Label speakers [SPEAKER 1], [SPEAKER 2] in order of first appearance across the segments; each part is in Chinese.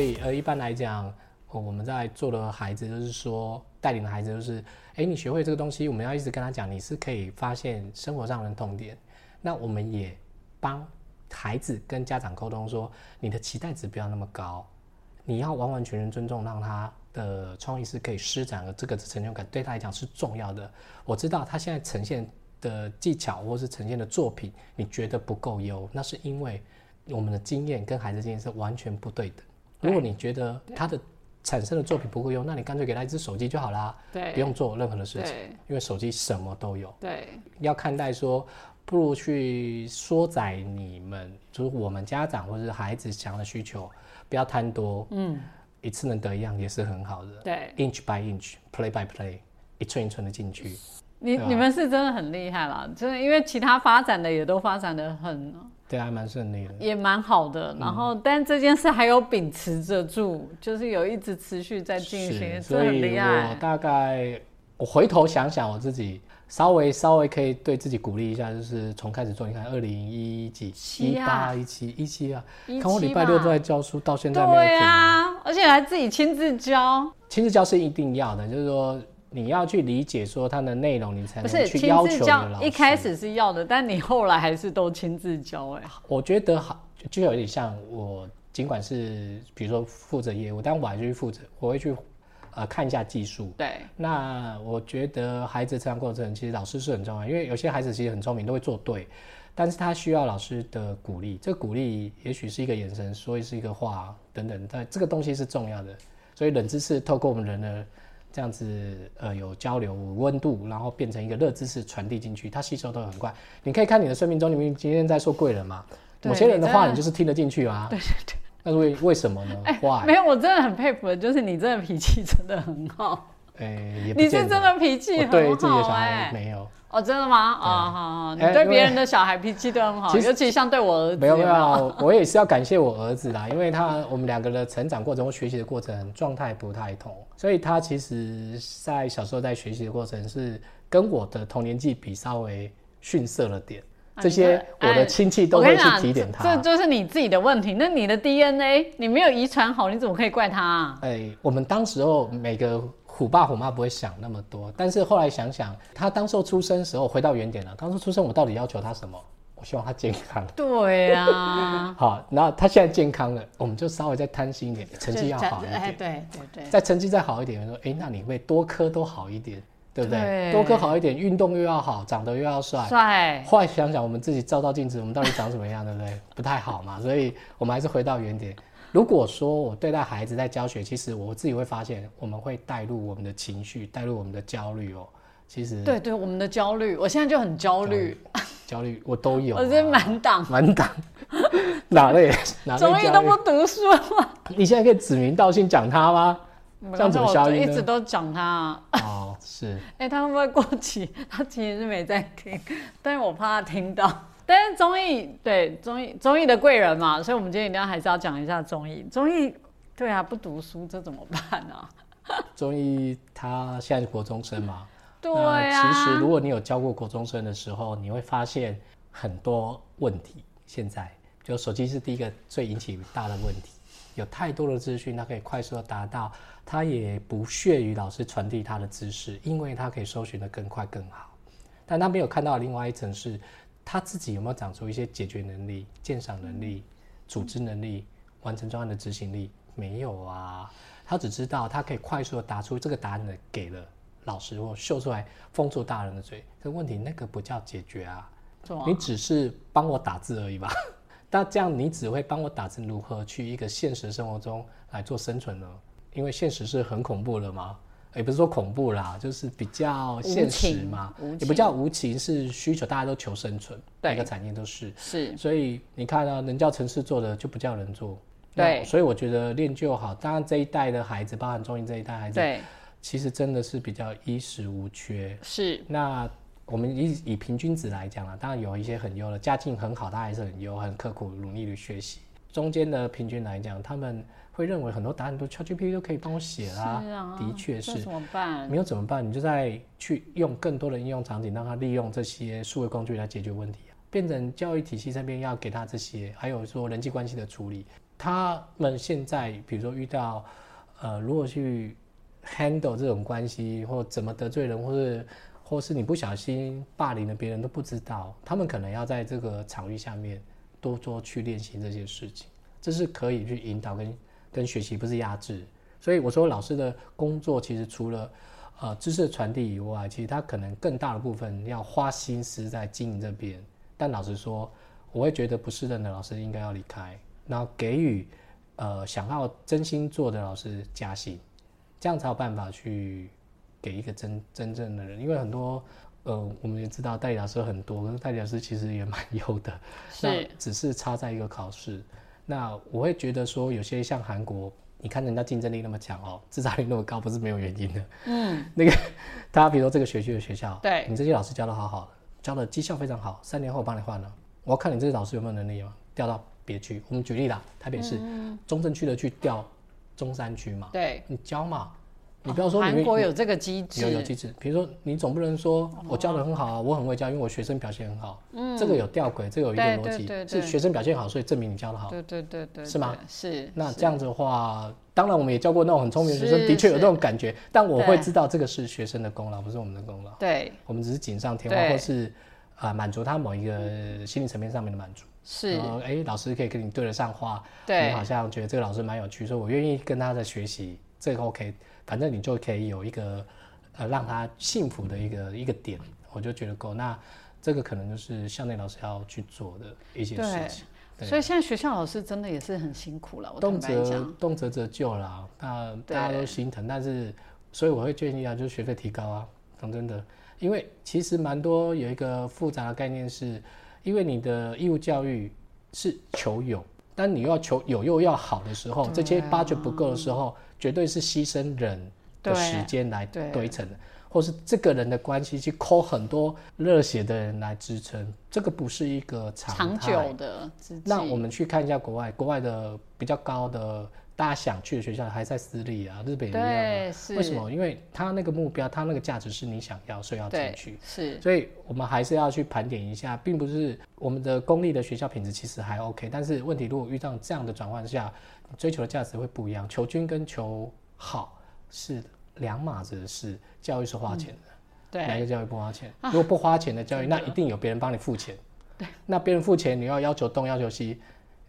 [SPEAKER 1] 以呃，一般来讲，呃我们在做的孩子就是说，带领的孩子就是，哎，你学会这个东西，我们要一直跟他讲，你是可以发现生活上的痛点。那我们也帮孩子跟家长沟通说，你的期待值不要那么高，你要完完全全尊重，让他的创意是可以施展，而这个成就感对他来讲是重要的。我知道他现在呈现的技巧或是呈现的作品，你觉得不够优，那是因为我们的经验跟孩子经验是完全不对等。如果你觉得他的产生的作品不够优，那你干脆给他一只手机就好啦，不
[SPEAKER 2] 对
[SPEAKER 1] 用做任何的事情，
[SPEAKER 2] 对
[SPEAKER 1] 因为手机什么都有。
[SPEAKER 2] 对
[SPEAKER 1] 要看待说，不如去缩窄你们，就是我们家长或者是孩子想要的需求，不要贪多，嗯，一次能得一样也是很好的
[SPEAKER 2] 对，
[SPEAKER 1] ，inch by inch，play by play，一寸一寸的进去，
[SPEAKER 2] 你
[SPEAKER 1] 对啊
[SPEAKER 2] 你们是真的很厉害啦，就是因为其他发展的也都发展的很
[SPEAKER 1] 对，啊嗯还蛮顺利的。
[SPEAKER 2] 也蛮好的，然后、但这件事还有秉持着住，就是有一直持续在进行，
[SPEAKER 1] 是，
[SPEAKER 2] 这
[SPEAKER 1] 所
[SPEAKER 2] 很
[SPEAKER 1] 以
[SPEAKER 2] 厉
[SPEAKER 1] 我
[SPEAKER 2] 害。
[SPEAKER 1] 大概我回头想想我自己，稍微稍微可以对自己鼓励一下，就是从开始做，你看二零一几一
[SPEAKER 2] 七啊
[SPEAKER 1] 八一七一七啊，
[SPEAKER 2] 17
[SPEAKER 1] 看我礼拜六
[SPEAKER 2] 吧
[SPEAKER 1] 都在教书，到现在没有
[SPEAKER 2] 对
[SPEAKER 1] 停。
[SPEAKER 2] 啊，而且还自己亲自教，
[SPEAKER 1] 亲自教是一定要的，就是说你要去理解说它的内容，你才
[SPEAKER 2] 不
[SPEAKER 1] 能
[SPEAKER 2] 是
[SPEAKER 1] 去
[SPEAKER 2] 亲
[SPEAKER 1] 要求
[SPEAKER 2] 自
[SPEAKER 1] 你的老
[SPEAKER 2] 教，
[SPEAKER 1] 师。
[SPEAKER 2] 一开，始是要的，但你后来还是都亲自教、哎，
[SPEAKER 1] 我觉得好，就就有点像我，尽管是比如说负责业务，但我还是去负责，我会去呃看一下技术。
[SPEAKER 2] 对
[SPEAKER 1] 那我觉得孩子成长过程，其实老师是很重要，因为有些孩子其实很聪明，都会做对，但是他需要老师的鼓励。这个鼓励也许是一个眼神，所以是一个话等等，但这个东西是重要的。所以冷知识透过我们人的这样子呃有交流有温度，然后变成一个热知识传递进去，它吸收都很快。你可以看你的生命中，你们今天在说贵人嘛，
[SPEAKER 2] 对
[SPEAKER 1] 某些人的
[SPEAKER 2] 你真
[SPEAKER 1] 话
[SPEAKER 2] 的
[SPEAKER 1] 你就是听得进去 啊。对对对。那是为为什么呢？坏、
[SPEAKER 2] 没有，我真的很佩服的，就是你真的脾气真的很好，
[SPEAKER 1] 诶哎也不
[SPEAKER 2] 你是
[SPEAKER 1] 见
[SPEAKER 2] 真的脾气
[SPEAKER 1] 我对
[SPEAKER 2] 很
[SPEAKER 1] 自己的
[SPEAKER 2] 好、
[SPEAKER 1] 小孩
[SPEAKER 2] 哎，
[SPEAKER 1] 没有。
[SPEAKER 2] 哦，真的吗？哦，好好，你
[SPEAKER 1] 哎
[SPEAKER 2] 对
[SPEAKER 1] 因为
[SPEAKER 2] 别人的小孩脾气都很好，
[SPEAKER 1] 其实
[SPEAKER 2] 尤其像对我儿子，
[SPEAKER 1] 没有没有，我也是要感谢我儿子啦， 因为他我们两个的成长过程、或学习的过程状态不太同，所以他其实在小时候在学习的过程是跟我的同年纪比稍微逊色了点，
[SPEAKER 2] 啊
[SPEAKER 1] 这些
[SPEAKER 2] 你看
[SPEAKER 1] 我的亲戚都
[SPEAKER 2] 我跟
[SPEAKER 1] 会
[SPEAKER 2] 你
[SPEAKER 1] 去
[SPEAKER 2] 讲
[SPEAKER 1] 提点
[SPEAKER 2] 这
[SPEAKER 1] 他
[SPEAKER 2] 这。就是你自己的问题。那你的 DNA 你没有遗传好，你怎么可以怪他、啊？
[SPEAKER 1] 哎，我们当时候每个虎爸虎妈不会想那么多，但是后来想想，他当时候出生时候回到原点了，当初出生我到底要求他什么？我希望他健康。
[SPEAKER 2] 对啊，
[SPEAKER 1] 好，那他现在健康了，我们就稍微再贪心一点， 成绩要
[SPEAKER 2] 就
[SPEAKER 1] 好一点
[SPEAKER 2] 哎，。对对对，
[SPEAKER 1] 再成绩再好一点，说，哎，那你会多科都好一点，对不对？
[SPEAKER 2] 对
[SPEAKER 1] 多科好一点，运动又要好，长得又要帅。
[SPEAKER 2] 帅，
[SPEAKER 1] 后来想想，我们自己照照镜子，我们到底长什么样，对不对？ 不太好嘛，所以我们还是回到原点。如果说我对待孩子在教学，其实我自己会发现，我们会带入我们的情绪，带入我们的焦虑哦。其实
[SPEAKER 2] 对对，我们的焦虑，我现在就很焦虑，
[SPEAKER 1] 焦虑我都有、啊，
[SPEAKER 2] 我真满档，
[SPEAKER 1] 满档， 哪类哪
[SPEAKER 2] 终
[SPEAKER 1] 类
[SPEAKER 2] 于都
[SPEAKER 1] 焦虑
[SPEAKER 2] 不？读书了。
[SPEAKER 1] 你现在可以指名道姓讲他吗？这样怎么
[SPEAKER 2] 我
[SPEAKER 1] 消
[SPEAKER 2] 就
[SPEAKER 1] 音
[SPEAKER 2] 一
[SPEAKER 1] 呢
[SPEAKER 2] 直都讲他，
[SPEAKER 1] 哦，是。
[SPEAKER 2] 哎、他会不会过期？ 他其实是没在听，但是我怕他听到。但是综艺对综艺综艺的贵人嘛，所以我们今天一定要还是要讲一下综艺。综艺对啊，不读书这怎么办啊？
[SPEAKER 1] 中医他现在是国中生嘛，
[SPEAKER 2] 对
[SPEAKER 1] 那其实
[SPEAKER 2] 啊，
[SPEAKER 1] 如果你有教过国中生的时候，你会发现很多问题。现在就手机是第一个最引起大的问题，有太多的资讯，它可以快速的达到，他也不屑于老师传递他的知识，因为他可以搜寻的更快更好。但他没有看到的另外一层是，他自己有没有长出一些解决能力、鉴赏能力、组织能力、完成专案的执行力？没有啊，他只知道他可以快速的答出这个答案的给了老师或秀出来，封住大人的嘴。这个问题那个不叫解决啊，
[SPEAKER 2] 怎么
[SPEAKER 1] 你只是帮我打字而已吧？ 那这样你只会帮我打字，如何去一个现实生活中来做生存呢？因为现实是很恐怖的嘛，也不是说恐怖啦，就是比较现实嘛
[SPEAKER 2] 无情无，情
[SPEAKER 1] 也不叫无情，是需求，大家都求生存，
[SPEAKER 2] 对
[SPEAKER 1] 每个产业都是。
[SPEAKER 2] 是
[SPEAKER 1] 所以你看啊，能叫城市做的就不叫人做。
[SPEAKER 2] 对
[SPEAKER 1] 那所以我觉得练就好。当然这一代的孩子，包含中医这一代孩子，
[SPEAKER 2] 对
[SPEAKER 1] 其实真的是比较衣食无缺。
[SPEAKER 2] 是
[SPEAKER 1] 那我们以以平均值来讲啊，当然有一些很优的，家境很好，他还是很优，很刻苦努力的学习。中间的平均来讲，他们会认为很多答案都 ChatGPT 都可以帮我写
[SPEAKER 2] 是
[SPEAKER 1] 啦、
[SPEAKER 2] 啊，
[SPEAKER 1] 的确
[SPEAKER 2] 这
[SPEAKER 1] 是。
[SPEAKER 2] 怎么办？
[SPEAKER 1] 没有怎么办？你就再去用更多的应用场景，让他利用这些数位工具来解决问题啊、变成教育体系这边要给他这些，还有说人际关系的处理。他们现在比如说遇到呃，如果去 handle 这种关系，或怎么得罪人，或是或是你不小心霸凌了别人都不知道，他们可能要在这个场域下面多多去练习这些事情，这是可以去引导跟跟学习，不是压制。所以我说，老师的工作其实除了呃知识的传递以外，其实他可能更大的部分要花心思在经营这边。但老实说，我会觉得不适任的老师应该要离开，然后给予呃想要真心做的老师加薪，这样才有办法去给一个真真正的人。因为很多呃我们也知道代理老师很多，可是代理老师其实也蛮 优的，那
[SPEAKER 2] 是
[SPEAKER 1] 只是差在一个考试。那我会觉得说，有些像韩国，你看人家竞争力那么强哦，自杀率那么高，不是没有原因的。嗯， 那个他比如说这个学区的学校，
[SPEAKER 2] 对
[SPEAKER 1] 你这些老师教的好好的，教的绩效非常好，三年后我帮你换了，我要看你这个老师有没有能力嘛，调到别区。我们举例啦，台北市、
[SPEAKER 2] 嗯
[SPEAKER 1] 中正区的去调中山区嘛，
[SPEAKER 2] 对，
[SPEAKER 1] 你教嘛，你不要说你
[SPEAKER 2] 哦韩
[SPEAKER 1] 们
[SPEAKER 2] 国有这个机
[SPEAKER 1] 有有
[SPEAKER 2] 制，
[SPEAKER 1] 机制，比如说你总不能说
[SPEAKER 2] 哦
[SPEAKER 1] 我教的很好啊，我很会教，因为我学生表现很好，嗯，这个有吊诡，这个有一个
[SPEAKER 2] 对
[SPEAKER 1] 逻
[SPEAKER 2] 对
[SPEAKER 1] 辑
[SPEAKER 2] 对
[SPEAKER 1] 是
[SPEAKER 2] 对
[SPEAKER 1] 学生表现好，所以证明你教的好。
[SPEAKER 2] 对对对对，
[SPEAKER 1] 是吗
[SPEAKER 2] 对？是，
[SPEAKER 1] 那
[SPEAKER 2] 是
[SPEAKER 1] 这样子的话，当然我们也教过那种很聪明的学生，
[SPEAKER 2] 是
[SPEAKER 1] 的确有这
[SPEAKER 2] 是
[SPEAKER 1] 种感觉，但我会
[SPEAKER 2] 对
[SPEAKER 1] 知道这个是学生的功劳，不是我们的功劳，
[SPEAKER 2] 对
[SPEAKER 1] 我们只是锦上添花，
[SPEAKER 2] 对
[SPEAKER 1] 或是啊满、足他某一个心理层面上面的满足。
[SPEAKER 2] 是
[SPEAKER 1] 然，后哎、老师可以跟你对得上话，你
[SPEAKER 2] 对
[SPEAKER 1] 好像觉得这个老师蛮有趣，所以我愿意跟他的学习，这个 OK，反正你就可以有一个呃让他幸福的一个一个点，我就觉得够。那这个可能就是校内老师要去做的一些事
[SPEAKER 2] 对
[SPEAKER 1] 情，
[SPEAKER 2] 所以现在学校老师真的也是很辛苦了，我坦
[SPEAKER 1] 动
[SPEAKER 2] 白
[SPEAKER 1] 辄
[SPEAKER 2] 讲，
[SPEAKER 1] 动辄折旧啦，那
[SPEAKER 2] 对
[SPEAKER 1] 大家都心疼，但是所以我会建议啊，就是学费提高啊，讲真的，因为其实蛮多有一个复杂的概念是，因为你的义务教育是求有，但你又要求有又要好的时候，
[SPEAKER 2] 对啊
[SPEAKER 1] 这些八九不够的时候，绝对是牺牲人的
[SPEAKER 2] 对
[SPEAKER 1] 时间来
[SPEAKER 2] 对
[SPEAKER 1] 堆成的。或是这个人的关系去抠很多热血的人来支撑，这个不是一个
[SPEAKER 2] 长
[SPEAKER 1] 常态。
[SPEAKER 2] 久的之
[SPEAKER 1] 那我
[SPEAKER 2] 计，
[SPEAKER 1] 们去看一下国外，国外的比较高的大家想去的学校还在私立啊，日本也一样、啊。
[SPEAKER 2] 对，是，
[SPEAKER 1] 为什？么？因为他那个目标，他那个价值是你想要，所以要进
[SPEAKER 2] 对
[SPEAKER 1] 去。，
[SPEAKER 2] 是，
[SPEAKER 1] 所以我们还是要去盘点一下，并不是我们的公立的学校品质其实还 OK，但是问题如果遇到这样的转换下，你追求的价值会不一样。求均跟求好是两码子的事，教育是花钱的。哪一
[SPEAKER 2] 对，啊
[SPEAKER 1] 个教育不花钱？如果不花钱的教育，那一定有别人帮你付钱。那别人付钱，你要要求东，要求西。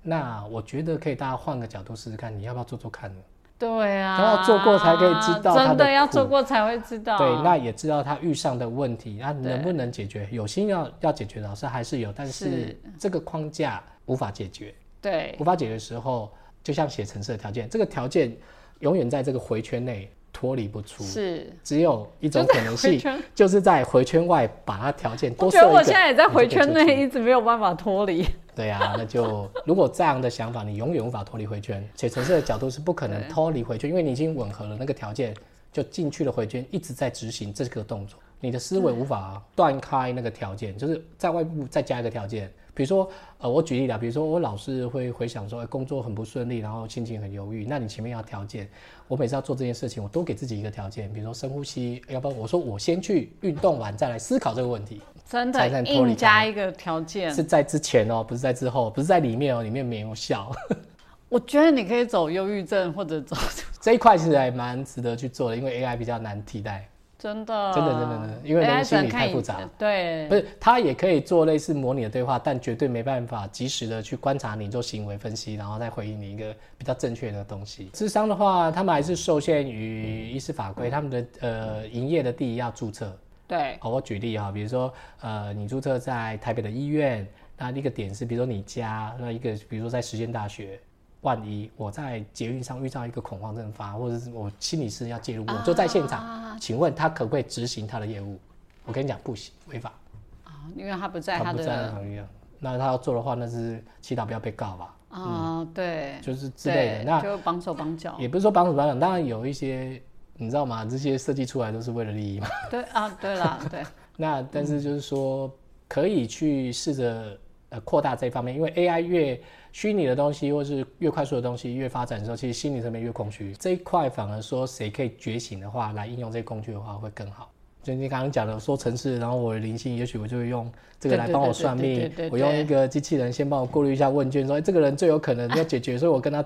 [SPEAKER 1] 那我觉得可以，大家换个角度试试看，你要不要做做看呢？
[SPEAKER 2] 对啊，
[SPEAKER 1] 然后做过才可以知道它的
[SPEAKER 2] 真的要
[SPEAKER 1] 苦
[SPEAKER 2] 做过才会知道啊，
[SPEAKER 1] 对，那也知道他遇上的问题，那
[SPEAKER 2] 对
[SPEAKER 1] 能不能解决？有心要要解决，老师还是有，但是
[SPEAKER 2] 是
[SPEAKER 1] 这个框架无法解决。
[SPEAKER 2] 对
[SPEAKER 1] 无法解决的时候，就像写程式的条件，这个条件永远在这个回圈内脱离不出，
[SPEAKER 2] 是。
[SPEAKER 1] 只有一种
[SPEAKER 2] 就
[SPEAKER 1] 可
[SPEAKER 2] 在
[SPEAKER 1] 能
[SPEAKER 2] 回
[SPEAKER 1] 性
[SPEAKER 2] 圈，
[SPEAKER 1] 就是在回圈外把它条件多
[SPEAKER 2] 我
[SPEAKER 1] 设一
[SPEAKER 2] 觉得
[SPEAKER 1] 个。
[SPEAKER 2] 我现在也在
[SPEAKER 1] 你就
[SPEAKER 2] 回
[SPEAKER 1] 可以
[SPEAKER 2] 圈
[SPEAKER 1] 出去
[SPEAKER 2] 内，一直没有办法 脱离。
[SPEAKER 1] 对啊，那就如果这样的想法，你永远无法脱离回圈。写程式的角度是不可能脱离回圈，因为你已经吻合了那个条件，就进去了回圈，一直在执行这个动作。你的思维无法断开那个条件，就是在外部再加一个条件。比如说，呃，我举例啦，比如说我老是会回想说、哎工作很不顺利，然后心情很忧郁，那你前面要条件。我每次要做这件事情，我都给自己一个条件，比如说深呼吸，要不然我说我先去运动完再来思考这个问题。
[SPEAKER 2] 真
[SPEAKER 1] 才
[SPEAKER 2] 的
[SPEAKER 1] 能脱离
[SPEAKER 2] 硬加一个条件，
[SPEAKER 1] 是在之前哦，不是在之后，不是在里面哦，里面没有效。
[SPEAKER 2] 我觉得你可以走忧郁症或者走，
[SPEAKER 1] 这一块其实还蛮值得去做的，因为 AI 比较难替代，
[SPEAKER 2] 真的
[SPEAKER 1] 真的真的真的因为
[SPEAKER 2] AI
[SPEAKER 1] 人心理
[SPEAKER 2] 只能看
[SPEAKER 1] 太
[SPEAKER 2] 以
[SPEAKER 1] 复杂了
[SPEAKER 2] 对
[SPEAKER 1] 不是它也可以做类似模拟的对话，但绝对没办法及时的去观察你做行为分析，然后再回应你一个比较正确的东西。智商的话，他们还是受限于医师法规，他们的呃营业的地要注册，
[SPEAKER 2] 对
[SPEAKER 1] 好，我举例哈，比如说，呃，你注册在台北的医院，那一个点是，比如说你家，那一个比如说在实践大学，万一我在捷运上遇到一个恐慌症发，或者是我心理师要介入，我就在现场，
[SPEAKER 2] 啊
[SPEAKER 1] 请问他可不可以执行他的业务？我跟你讲，不行，违法，
[SPEAKER 2] 啊，因为他不在他
[SPEAKER 1] 不在啊那
[SPEAKER 2] 的
[SPEAKER 1] 行业。那他要做的话，那是祈祷不要被告吧，
[SPEAKER 2] 啊，对
[SPEAKER 1] 就是嗯之类的。
[SPEAKER 2] 对
[SPEAKER 1] 那
[SPEAKER 2] 就绑手绑脚，
[SPEAKER 1] 也不是说绑手绑脚，当然有一些，你知道吗？这些设计出来都是为了利益嘛。
[SPEAKER 2] 对啊，对啦，对
[SPEAKER 1] 那但是就是说，可以去试着呃扩大这一方面，因为 AI 越虚拟的东西或是越快速的东西越发展的时候，其实心理层面越空虚。这一块反而说谁可以觉醒的话，来应用这些工具的话会更好。就你刚刚讲的说城市，然后我的灵性，也许我就会用这个
[SPEAKER 2] 对
[SPEAKER 1] 来
[SPEAKER 2] 对
[SPEAKER 1] 帮我
[SPEAKER 2] 对
[SPEAKER 1] 算
[SPEAKER 2] 对对
[SPEAKER 1] 命
[SPEAKER 2] 对对，
[SPEAKER 1] 我用
[SPEAKER 2] 对
[SPEAKER 1] 一个机器人先帮我过滤一下问卷，说哎这个人最有可能要解决，所以我跟他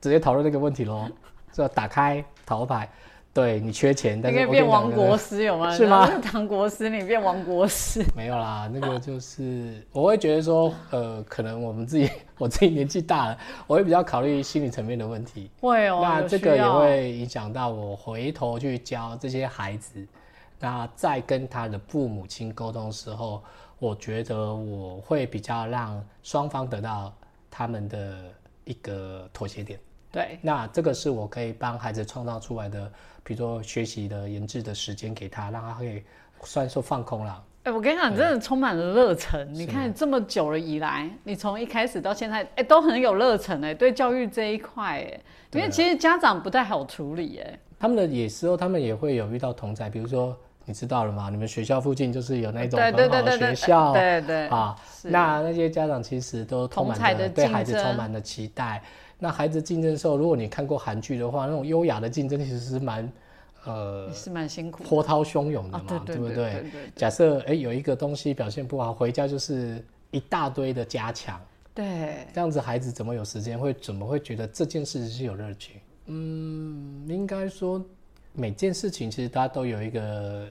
[SPEAKER 1] 直接讨论这个问题喽，是吧？打开桃牌，对你缺钱，
[SPEAKER 2] 你
[SPEAKER 1] 但
[SPEAKER 2] 可
[SPEAKER 1] 是
[SPEAKER 2] 以
[SPEAKER 1] 我跟
[SPEAKER 2] 变
[SPEAKER 1] 你讲
[SPEAKER 2] 亡
[SPEAKER 1] 个
[SPEAKER 2] 国师有吗？
[SPEAKER 1] 是吗？
[SPEAKER 2] 唐国师，你变亡国师，
[SPEAKER 1] 没有啦，那个就是我会觉得说，呃，可能我们自己 我自己年纪大了，我会比较考虑心理层面的问题。
[SPEAKER 2] 会哦，
[SPEAKER 1] 那
[SPEAKER 2] 有
[SPEAKER 1] 这
[SPEAKER 2] 需
[SPEAKER 1] 个也
[SPEAKER 2] 要
[SPEAKER 1] 会影响到我回头去教这些孩子，那在跟他的父母亲沟通的时候，我觉得我会比较让双方得到他们的一个妥协点。
[SPEAKER 2] 对
[SPEAKER 1] 那这个是我可以帮孩子创造出来的，比如说学习的研制的时间给他，让他可以虽然说放空啦，
[SPEAKER 2] 哎、我跟你讲，你真的充满了热忱。你
[SPEAKER 1] 啊
[SPEAKER 2] 看这么久了以来，你从一开始到现在，哎、都很有热忱哎、对教育这一块哎、因
[SPEAKER 1] 对啊
[SPEAKER 2] 为其实家长不太好处理哎、
[SPEAKER 1] 他们的也时候，他们也会有遇到同在，比如说你知道了吗？你们学校附近就是有那种
[SPEAKER 2] 对对
[SPEAKER 1] 很
[SPEAKER 2] 对
[SPEAKER 1] 好
[SPEAKER 2] 对
[SPEAKER 1] 的学
[SPEAKER 2] 对，
[SPEAKER 1] 校
[SPEAKER 2] 对对
[SPEAKER 1] 啊，
[SPEAKER 2] 是
[SPEAKER 1] 那那些家长其实都充
[SPEAKER 2] 同才
[SPEAKER 1] 满
[SPEAKER 2] 的
[SPEAKER 1] 着对
[SPEAKER 2] 竞
[SPEAKER 1] 孩子
[SPEAKER 2] 争
[SPEAKER 1] 充满了期待。那孩子竞争的时候，如果你看过韩剧的话，那种优雅的竞争其实是蛮呃
[SPEAKER 2] 也是蛮辛苦
[SPEAKER 1] 波涛汹涌的
[SPEAKER 2] 啊
[SPEAKER 1] 嘛，，
[SPEAKER 2] 对
[SPEAKER 1] 不对？
[SPEAKER 2] 对对对
[SPEAKER 1] 假设哎有一个东西表现不好，回家就是一大堆的加强，
[SPEAKER 2] 对，
[SPEAKER 1] 这样子孩子怎么有时间会怎么会觉得这件事是有乐趣？嗯，应该说每件事情其实大家都有一个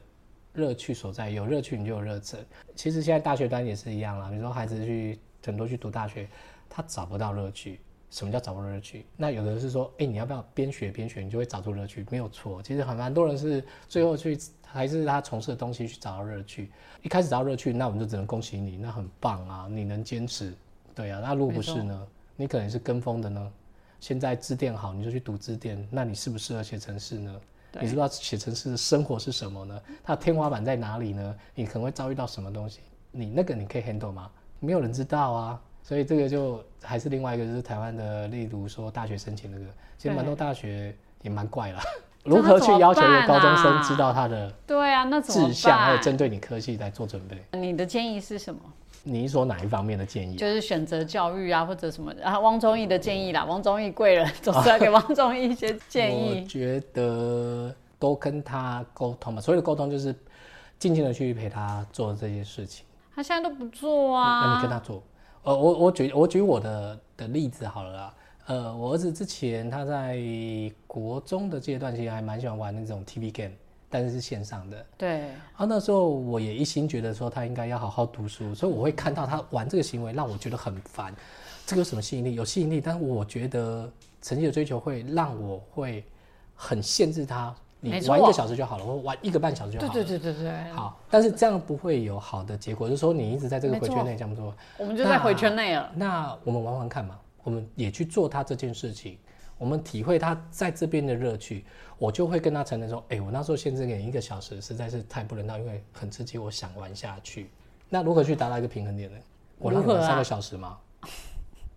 [SPEAKER 1] 乐趣所在，有乐趣你就有热忱。其实现在大学端也是一样啦，比如说孩子去很多去读大学，他找不到乐趣。什么叫找不到乐趣？那有的是说，哎、你要不要边学边学，你就会找出乐趣，没有错。其实很蛮多人是最后去还是他从事的东西去找到乐趣。一开始找到乐趣，那我们就只能恭喜你，那很棒啊，你能坚持。对啊，那如果不是呢？你可能是跟风的呢。现在字典好，你就去读字典，那你适不适合写程式呢？
[SPEAKER 2] 对
[SPEAKER 1] 你知不知道写程式的生活是什么呢？它的天花板在哪里呢？你可能会遭遇到什么东西？你那个你可以 handle 吗？没有人知道啊。所以这个就还是另外一个，就是台湾的，例如说大学申请那个，其实蛮多大学也蛮怪 啦，
[SPEAKER 2] 这个
[SPEAKER 1] 如何去要求
[SPEAKER 2] 怎
[SPEAKER 1] 一
[SPEAKER 2] 么
[SPEAKER 1] 个高中
[SPEAKER 2] 办
[SPEAKER 1] 生
[SPEAKER 2] 啊
[SPEAKER 1] 知道他的
[SPEAKER 2] 对啊，那怎么
[SPEAKER 1] 志向，还有
[SPEAKER 2] 办？
[SPEAKER 1] 针对你科系来做准备？
[SPEAKER 2] 你的建议是什么？
[SPEAKER 1] 你是说哪一方面的建议？
[SPEAKER 2] 就是选择教育啊，或者什么啊？汪忠义的建议啦，
[SPEAKER 1] 嗯
[SPEAKER 2] 汪忠义贵人总是要给汪忠义一些建
[SPEAKER 1] 我
[SPEAKER 2] 议。
[SPEAKER 1] 觉得都跟他沟通吧，所谓的沟通就是静静的去陪他做这些事情。
[SPEAKER 2] 他现在都不做
[SPEAKER 1] 那你
[SPEAKER 2] 啊
[SPEAKER 1] 跟，他做。呃，我我举我举我的的例子好了啦。呃，我儿子之前他在国中的阶段，其实还蛮喜欢玩那种 TV game，但是是线上的。
[SPEAKER 2] 对。
[SPEAKER 1] 啊，那时候我也一心觉得说他应该要好好读书，所以我会看到他玩这个行为让我觉得很烦。这个有什么吸引力？有吸引力，但我觉得成绩的追求会让我会很限制他。你
[SPEAKER 2] 没错
[SPEAKER 1] 玩一个小时就好了，或玩一个半小时就好
[SPEAKER 2] 对
[SPEAKER 1] 了。
[SPEAKER 2] 对对对对，
[SPEAKER 1] 好，但是这样不会有好的结果，就是说你一直在这个
[SPEAKER 2] 没
[SPEAKER 1] 回
[SPEAKER 2] 错
[SPEAKER 1] 圈内这样做。
[SPEAKER 2] 我们就在回圈内了。
[SPEAKER 1] 那我们玩玩看嘛，我们也去做他这件事情，我们体会他在这边的乐趣，我就会跟他承认说，哎、我那时候限制给你一个小时，实在是太不人道，因为很刺激，我想玩下去。那如何去达到一个平衡点呢？我让你
[SPEAKER 2] 如
[SPEAKER 1] 玩
[SPEAKER 2] 何啊
[SPEAKER 1] 三个小时嘛，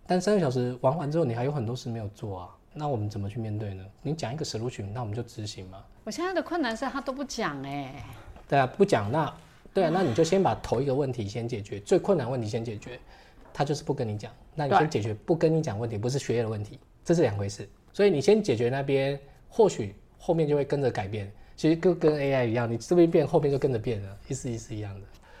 [SPEAKER 1] 但三个小时玩完之后，你还有很多事没有做啊，那我们怎么去面对呢？你讲一个 solution，那我们就执行嘛。
[SPEAKER 2] 我现在的困难是他都不讲哎、
[SPEAKER 1] 对啊，不讲那，对啊，那你就先把头一个问题先解决，最困难问题先解决，他就是不跟你讲，那你
[SPEAKER 2] 对
[SPEAKER 1] 先解决不跟你讲问题，不是学业的问题，这是两回事。所以你先解决那边，或许后面就会跟着改变。其实就跟 AI 一样，你这边变，后面就跟着变了，意思意思一样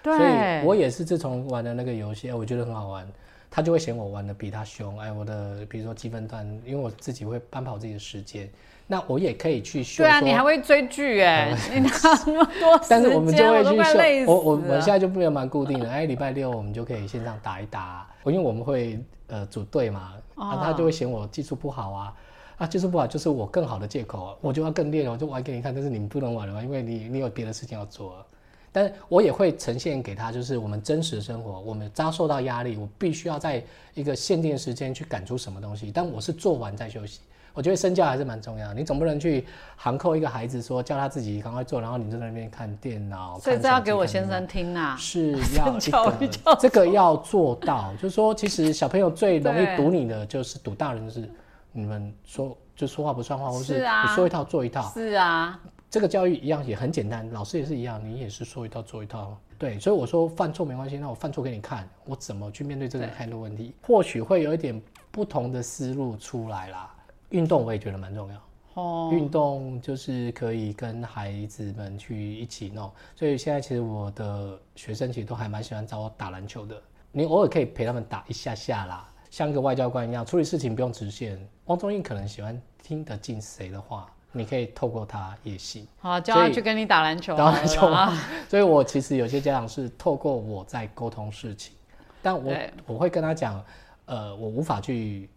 [SPEAKER 1] 的。所以我也是自从玩了那个游戏，哎我觉得很好玩，他就会嫌我玩的比他凶，哎，我的比如说积分段，因为我自己会安排我自己的时间，那我也可以去修。
[SPEAKER 2] 对啊，你还会追剧哎、你哪有那么多时
[SPEAKER 1] 嗯
[SPEAKER 2] 间？
[SPEAKER 1] 但是我们就会
[SPEAKER 2] 我都快累
[SPEAKER 1] 去秀，
[SPEAKER 2] 死
[SPEAKER 1] 我我我们
[SPEAKER 2] 了
[SPEAKER 1] 现在就变得蛮固定的。哎，礼拜六我们就可以线上打一打，因为我们会呃组队嘛，啊，他就
[SPEAKER 2] 哦
[SPEAKER 1] 会嫌我技术不好啊，啊，技术不好就是我更好的借口啊，我就要更练，我就玩给你看，但是你们不能玩了嘛，因为你你有别的事情要做啊。但是我也会呈现给他，就是我们真实生活，我们遭受到压力，我必须要在一个限定时间去赶出什么东西。但我是做完再休息，我觉得身教还是蛮重要的。你总不能去函扣一个孩子说叫他自己赶快做，然后你就在那边看电脑。
[SPEAKER 2] 所以
[SPEAKER 1] 看
[SPEAKER 2] 这要
[SPEAKER 1] 手机
[SPEAKER 2] 给我
[SPEAKER 1] 看电
[SPEAKER 2] 先
[SPEAKER 1] 脑
[SPEAKER 2] 生听啊呐、
[SPEAKER 1] 是 要一
[SPEAKER 2] 教
[SPEAKER 1] 个
[SPEAKER 2] 育教
[SPEAKER 1] 这个要做到，就是说，其实小朋友最容
[SPEAKER 2] 对
[SPEAKER 1] 易堵你的就是堵大人，就是你们说就说话不算话，或
[SPEAKER 2] 是
[SPEAKER 1] 是
[SPEAKER 2] 啊
[SPEAKER 1] 你说一套做一套。
[SPEAKER 2] 是啊，
[SPEAKER 1] 这个教育一样也很简单，老师也是一样，你也是说一套做一套。对，所以我说犯错没关系，那我犯错给你看，我怎么去面对这个
[SPEAKER 2] 对
[SPEAKER 1] handle 问题，或许会有一点不同的思路出来啦。运动我也觉得蛮重要，
[SPEAKER 2] 哦，
[SPEAKER 1] 运动就是可以跟孩子们去一起弄，所以现在其实我的学生其实都还蛮喜欢找我打篮球的。你偶尔可以陪他们打一下下啦，像个外交官一样，处理事情不用直线。汪宗印可能喜欢听得进谁的话，你可以透过他也行。
[SPEAKER 2] 好啊，叫
[SPEAKER 1] 所
[SPEAKER 2] 他
[SPEAKER 1] 以
[SPEAKER 2] 去跟你打篮球好
[SPEAKER 1] 打
[SPEAKER 2] 了啦，
[SPEAKER 1] 篮球啊嘛， 所以我其实有些家长是透过我在沟通事情，但我
[SPEAKER 2] 对
[SPEAKER 1] 我会跟他讲，呃，我无法去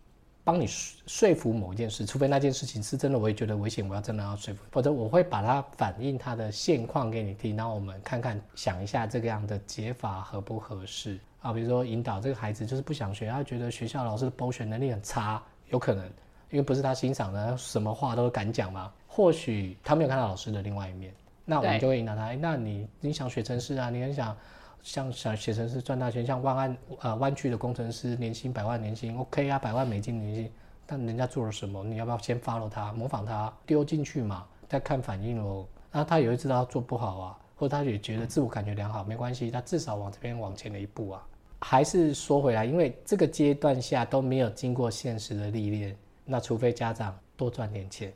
[SPEAKER 1] 帮你说说服某一件事，除非那件事情是真的，我也觉得危险，我要真的要说服，否则我会把它反映它的现况给你听，然后我们看看想一下这个样的解法合不合适啊，比如说引导这个孩子就是不想学，他觉得学校老师的剥削能力很差，有可能。因为不是他欣赏的，他什么话都敢讲嘛。或许他没有看到老师的另外一面，那我们
[SPEAKER 2] 对
[SPEAKER 1] 就会引导他。哎，那你你想学程式啊？你很想像想学程式赚大钱，像万安呃湾区的工程师年薪百万年薪，OK 啊，百万美金年薪。但人家做了什么，你要不要先 follow 他，模仿他，丢进去嘛，再看反应喽。那他也会知道他做不好啊，或者他也觉得自我感觉良好，没关系，他至少往这边往前了一步啊。还是说回来，因为这个阶段下都没有经过现实的历练，那除非家长多赚点钱，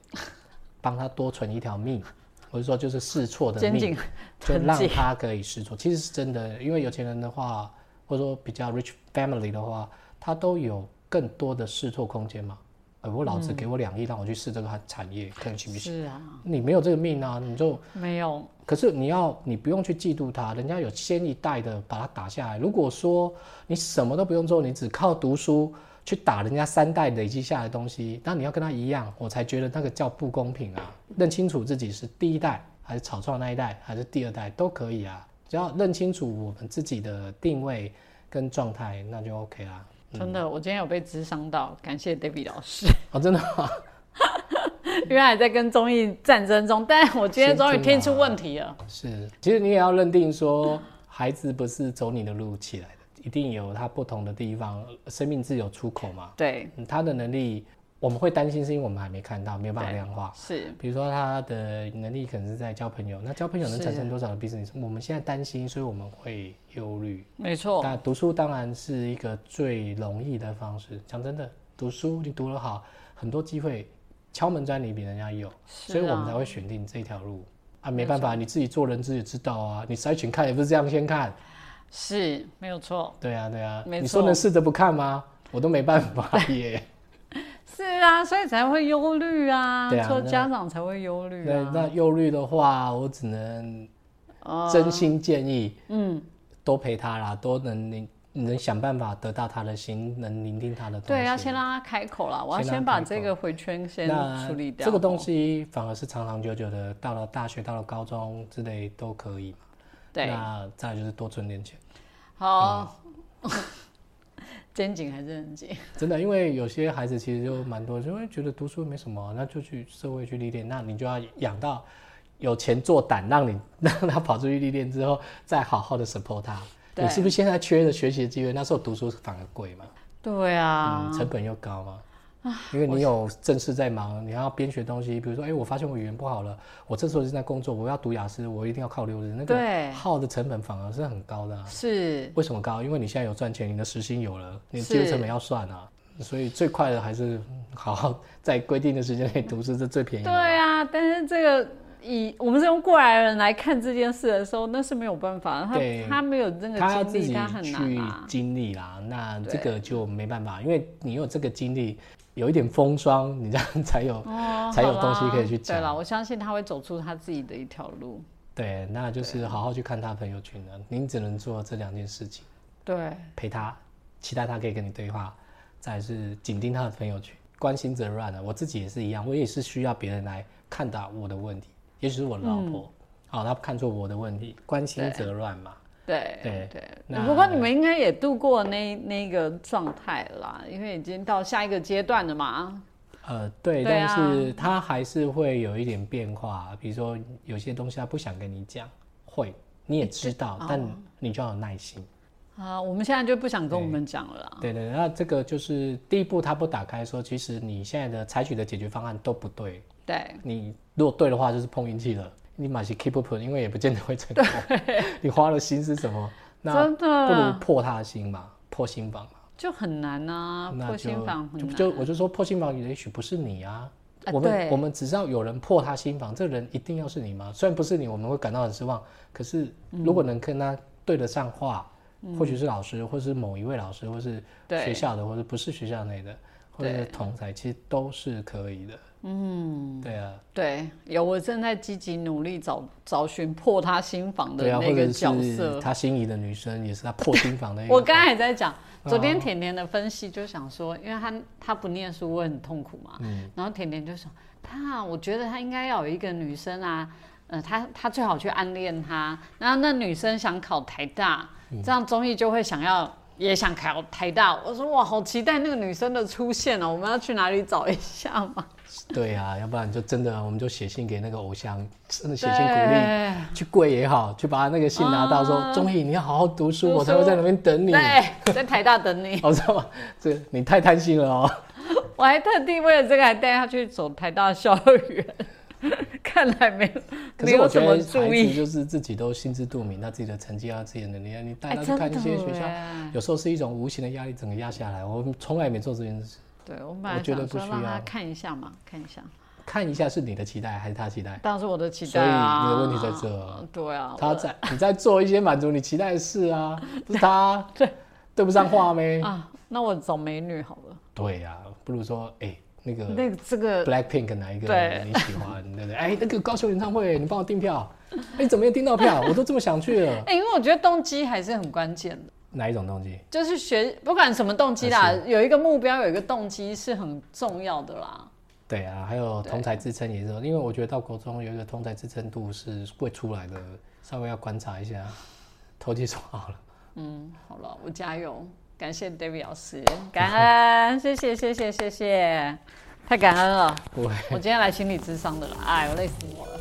[SPEAKER 1] 帮他多存一条命，我是说就是试错的
[SPEAKER 2] 肩
[SPEAKER 1] 命，
[SPEAKER 2] 颈
[SPEAKER 1] 就
[SPEAKER 2] 很
[SPEAKER 1] 让
[SPEAKER 2] 紧，
[SPEAKER 1] 他可以试错。其实是真的，因为有钱人的话，或者说比较 rich family 的话，他都有更多的试错空间嘛。呃，我老子给我两亿，让我去试这个产产业，看行不行？
[SPEAKER 2] 嗯是啊，
[SPEAKER 1] 你没有这个命啊，你就
[SPEAKER 2] 没有，
[SPEAKER 1] 可是你要，你不用去嫉妒他，人家有先一代的把他打下来。如果说你什么都不用做，你只靠读书去打人家三代累积下来的东西，那你要跟他一样，我才觉得那个叫不公平啊！认清楚自己是第一代还是草创那一代，还是第二代都可以啊，只要认清楚我们自己的定位跟状态，那就 OK 啦。
[SPEAKER 2] 真的，我今天有被智商到，感谢 David 老师，
[SPEAKER 1] 哦，真的吗，
[SPEAKER 2] 原来在跟综艺战争中，但我今天终于听出问题了，
[SPEAKER 1] 是，其实你也要认定说，孩子不是走你的路起来的，一定有他不同的地方，生命自有出口嘛。
[SPEAKER 2] 对，
[SPEAKER 1] 嗯他的能力我们会担心，是因为我们还没看到，没有办法
[SPEAKER 2] 对
[SPEAKER 1] 量化。
[SPEAKER 2] 是
[SPEAKER 1] 比如说他的能力可能是在交朋友，那交朋友能产生多少的 business？我们现在担心，所以我们会忧虑。
[SPEAKER 2] 没错，
[SPEAKER 1] 但读书当然是一个最容易的方式。讲真的，读书你读得好，很多机会敲门砖你比人家有，所以
[SPEAKER 2] 是啊
[SPEAKER 1] 我们才会选定这条路啊。没办法，你自己做人自己知道啊。你筛选看也不是这样先看，
[SPEAKER 2] 是没有错，
[SPEAKER 1] 对啊对啊。
[SPEAKER 2] 没
[SPEAKER 1] 你说
[SPEAKER 2] 错
[SPEAKER 1] 能试着不看吗？我都没办法 耶。
[SPEAKER 2] 是啊，所以才会忧虑啊，
[SPEAKER 1] 对啊
[SPEAKER 2] 做
[SPEAKER 1] 那
[SPEAKER 2] 家长才会忧虑
[SPEAKER 1] 那
[SPEAKER 2] 啊，
[SPEAKER 1] 那忧虑的话，我只能
[SPEAKER 2] 哦
[SPEAKER 1] 真心建议
[SPEAKER 2] 嗯，
[SPEAKER 1] 多陪他啦，多能聆能想办法得到他的心，能聆听他的东西。
[SPEAKER 2] 对，要先让他开口啦，我要
[SPEAKER 1] 先让
[SPEAKER 2] 先
[SPEAKER 1] 他
[SPEAKER 2] 把
[SPEAKER 1] 开口
[SPEAKER 2] 这个回圈先
[SPEAKER 1] 那
[SPEAKER 2] 处理掉，哦
[SPEAKER 1] 这个东西反而是长长久久的，到了大学、到了高中之类都可以嘛。
[SPEAKER 2] 对。
[SPEAKER 1] 那再来就是多存点钱，
[SPEAKER 2] 好，
[SPEAKER 1] 嗯
[SPEAKER 2] 肩颈还是很紧。
[SPEAKER 1] 真的，因为有些孩子其实就蛮多，就会觉得读书没什么，那就去社会去历练，那你就要养到有钱做胆，让你让他跑出去历练之后，再好好的 support 他。
[SPEAKER 2] 对
[SPEAKER 1] 你是不是现在缺的学习的机会？那时候读书反而贵嘛，
[SPEAKER 2] 对啊
[SPEAKER 1] 嗯，，成本又高嘛。因为你有正事在忙，你还要边学东西。比如说，哎、我发现我语言不好了，我这时候就在工作，我要读雅思，我一定要靠六日，那
[SPEAKER 2] 对
[SPEAKER 1] 个耗的成本反而是很高的啊、
[SPEAKER 2] 是
[SPEAKER 1] 为什么高？因为你现在有赚钱，你的时薪有了，你这个
[SPEAKER 2] 是
[SPEAKER 1] 成本要算啊。所以最快的还是嗯好好在规定的时间内读书，是最便宜
[SPEAKER 2] 对
[SPEAKER 1] 的。
[SPEAKER 2] 啊，但是这个以我们是用过来人来看这件事的时候，那是没有办法，他
[SPEAKER 1] 对
[SPEAKER 2] 他没有那
[SPEAKER 1] 他要
[SPEAKER 2] 个
[SPEAKER 1] 自
[SPEAKER 2] 经历，
[SPEAKER 1] 己
[SPEAKER 2] 他很难
[SPEAKER 1] 去
[SPEAKER 2] 啊。
[SPEAKER 1] 经历啦，那
[SPEAKER 2] 对
[SPEAKER 1] 这个就没办法，因为你有这个经历，有一点风霜，你这样才有、
[SPEAKER 2] 哦
[SPEAKER 1] 才有
[SPEAKER 2] 好啦
[SPEAKER 1] 东西可以去讲
[SPEAKER 2] 对。了，我相信他会走出他自己的一条路。
[SPEAKER 1] 对，那就是好好去看他朋友圈了。您只能做这两件事情，
[SPEAKER 2] 对，
[SPEAKER 1] 陪他，期待他可以跟你对话，再来是紧盯他的朋友圈，关心则乱了。我自己也是一样，我也是需要别人来看到我的问题，也许是我的老婆，好、她看出我的问题，关心则乱嘛。
[SPEAKER 2] 对
[SPEAKER 1] 对
[SPEAKER 2] 对，
[SPEAKER 1] 那
[SPEAKER 2] 不过你们应该也度过那那个状态啦，因为已经到下一个阶段了嘛。
[SPEAKER 1] 呃，对，
[SPEAKER 2] 对啊
[SPEAKER 1] 但是他还是会有一点变化，比如说有些东西他不想跟你讲，会你也知道，但你就要有耐心。
[SPEAKER 2] 啊，我们现在就不想跟我们讲了啦。
[SPEAKER 1] 对对，那这个就是第一步，他不打开说，其实你现在的采取的解决方案都不对。
[SPEAKER 2] 对，
[SPEAKER 1] 你如果对的话，就是碰运气了。你买些 keep up，因为也不见得会成功。 你花了心是什么？那
[SPEAKER 2] 真
[SPEAKER 1] 不如
[SPEAKER 2] 的
[SPEAKER 1] 破他的心嘛，破心房嘛。
[SPEAKER 2] 就很难啊，
[SPEAKER 1] 那
[SPEAKER 2] 破
[SPEAKER 1] 就
[SPEAKER 2] 心房很
[SPEAKER 1] 就
[SPEAKER 2] 难。
[SPEAKER 1] 就我就说破心房也许不是你啊，
[SPEAKER 2] 啊
[SPEAKER 1] 我们
[SPEAKER 2] 对
[SPEAKER 1] 我们只要有人破他心房，这个人一定要是你吗？虽然不是你，我们会感到很失望。可是
[SPEAKER 2] 嗯
[SPEAKER 1] 如果能跟他对得上话，或许是老师，或是某一位老师，或是
[SPEAKER 2] 对
[SPEAKER 1] 学校的，或者不是学校内的，或者
[SPEAKER 2] 对
[SPEAKER 1] 是同才，其实都是可以的。嗯，对啊，
[SPEAKER 2] 对，有我正在积极努力找找寻破他心房的
[SPEAKER 1] 对啊，
[SPEAKER 2] 那
[SPEAKER 1] 或
[SPEAKER 2] 个
[SPEAKER 1] 者
[SPEAKER 2] 角
[SPEAKER 1] 是
[SPEAKER 2] 色。
[SPEAKER 1] 他心仪的女生，也是他破心房的一个。
[SPEAKER 2] 我刚才还在讲，昨天甜甜的分析就想说，因为他他不念书会很痛苦嘛，
[SPEAKER 1] 嗯
[SPEAKER 2] 然后甜甜就说他，我觉得他应该要有一个女生啊，呃，他他最好去暗恋他，然后那女生想考台大，
[SPEAKER 1] 嗯
[SPEAKER 2] 这样综艺就会想要。也想考台大，我说哇，好期待那个女生的出现哦！我们要去哪里找一下嘛？
[SPEAKER 1] 对啊，要不然就真的，我们就写信给那个偶像，真的写信鼓励，
[SPEAKER 2] 对
[SPEAKER 1] 去跪也好，去把他那个信拿到，说
[SPEAKER 2] 啊
[SPEAKER 1] 钟毅，你要好好读书，
[SPEAKER 2] 读
[SPEAKER 1] 我才会
[SPEAKER 2] 书
[SPEAKER 1] 在那边等你。
[SPEAKER 2] 对，在台大等你。
[SPEAKER 1] 我知道吗？这你太贪心了 哦。
[SPEAKER 2] 我还特地为了这个还带他去走台大校园， 看来没有
[SPEAKER 1] 可
[SPEAKER 2] 没
[SPEAKER 1] 是
[SPEAKER 2] 有
[SPEAKER 1] 我觉
[SPEAKER 2] 怎
[SPEAKER 1] 得孩
[SPEAKER 2] 么
[SPEAKER 1] 子
[SPEAKER 2] 注意。
[SPEAKER 1] 就是自己都心知肚明，那自己的成绩要啊自己的能力，你带
[SPEAKER 2] 哎
[SPEAKER 1] 他去
[SPEAKER 2] 真
[SPEAKER 1] 看一些
[SPEAKER 2] 的
[SPEAKER 1] 学校
[SPEAKER 2] 耶，
[SPEAKER 1] 有时候是一种无形的压力，整个压下来。我从来没做这件事，
[SPEAKER 2] 对我本来
[SPEAKER 1] 我觉得
[SPEAKER 2] 想
[SPEAKER 1] 不
[SPEAKER 2] 说
[SPEAKER 1] 需
[SPEAKER 2] 让他
[SPEAKER 1] 要
[SPEAKER 2] 看一下嘛，看一下，
[SPEAKER 1] 看一下是你的期待还是他期待，
[SPEAKER 2] 当然是我的期
[SPEAKER 1] 所
[SPEAKER 2] 待
[SPEAKER 1] 以
[SPEAKER 2] 啊。
[SPEAKER 1] 你的问题在这啊
[SPEAKER 2] 对啊，
[SPEAKER 1] 他在你在做一些满足你期待的事啊，不是他对对不上话没
[SPEAKER 2] 我？啊，那我找美女好了。
[SPEAKER 1] 对呀、不如说哎、那个
[SPEAKER 2] 那个这个
[SPEAKER 1] Blackpink 哪一个
[SPEAKER 2] 对
[SPEAKER 1] 你喜欢，对不对？哎、那个高雄演唱会，你帮我订票。哎、怎么没订到票？我都这么想去了。
[SPEAKER 2] 哎、因为我觉得动机还是很关键的，
[SPEAKER 1] 哪一种东西？
[SPEAKER 2] 就是学不管什么动机啦，有一个目标，有一个动机是很重要的啦。
[SPEAKER 1] 对啊，还有
[SPEAKER 2] 对
[SPEAKER 1] 同才支撑也是，因为我觉得到国中有一个同才支撑度是会出来的，稍微要观察一下。投其所好了，
[SPEAKER 2] 嗯，好了，我加油，感谢 David 老师，感恩，谢谢，谢谢，谢谢，太感恩了。
[SPEAKER 1] 不会。
[SPEAKER 2] 我今天来心理智商的了，哎，我累死我了。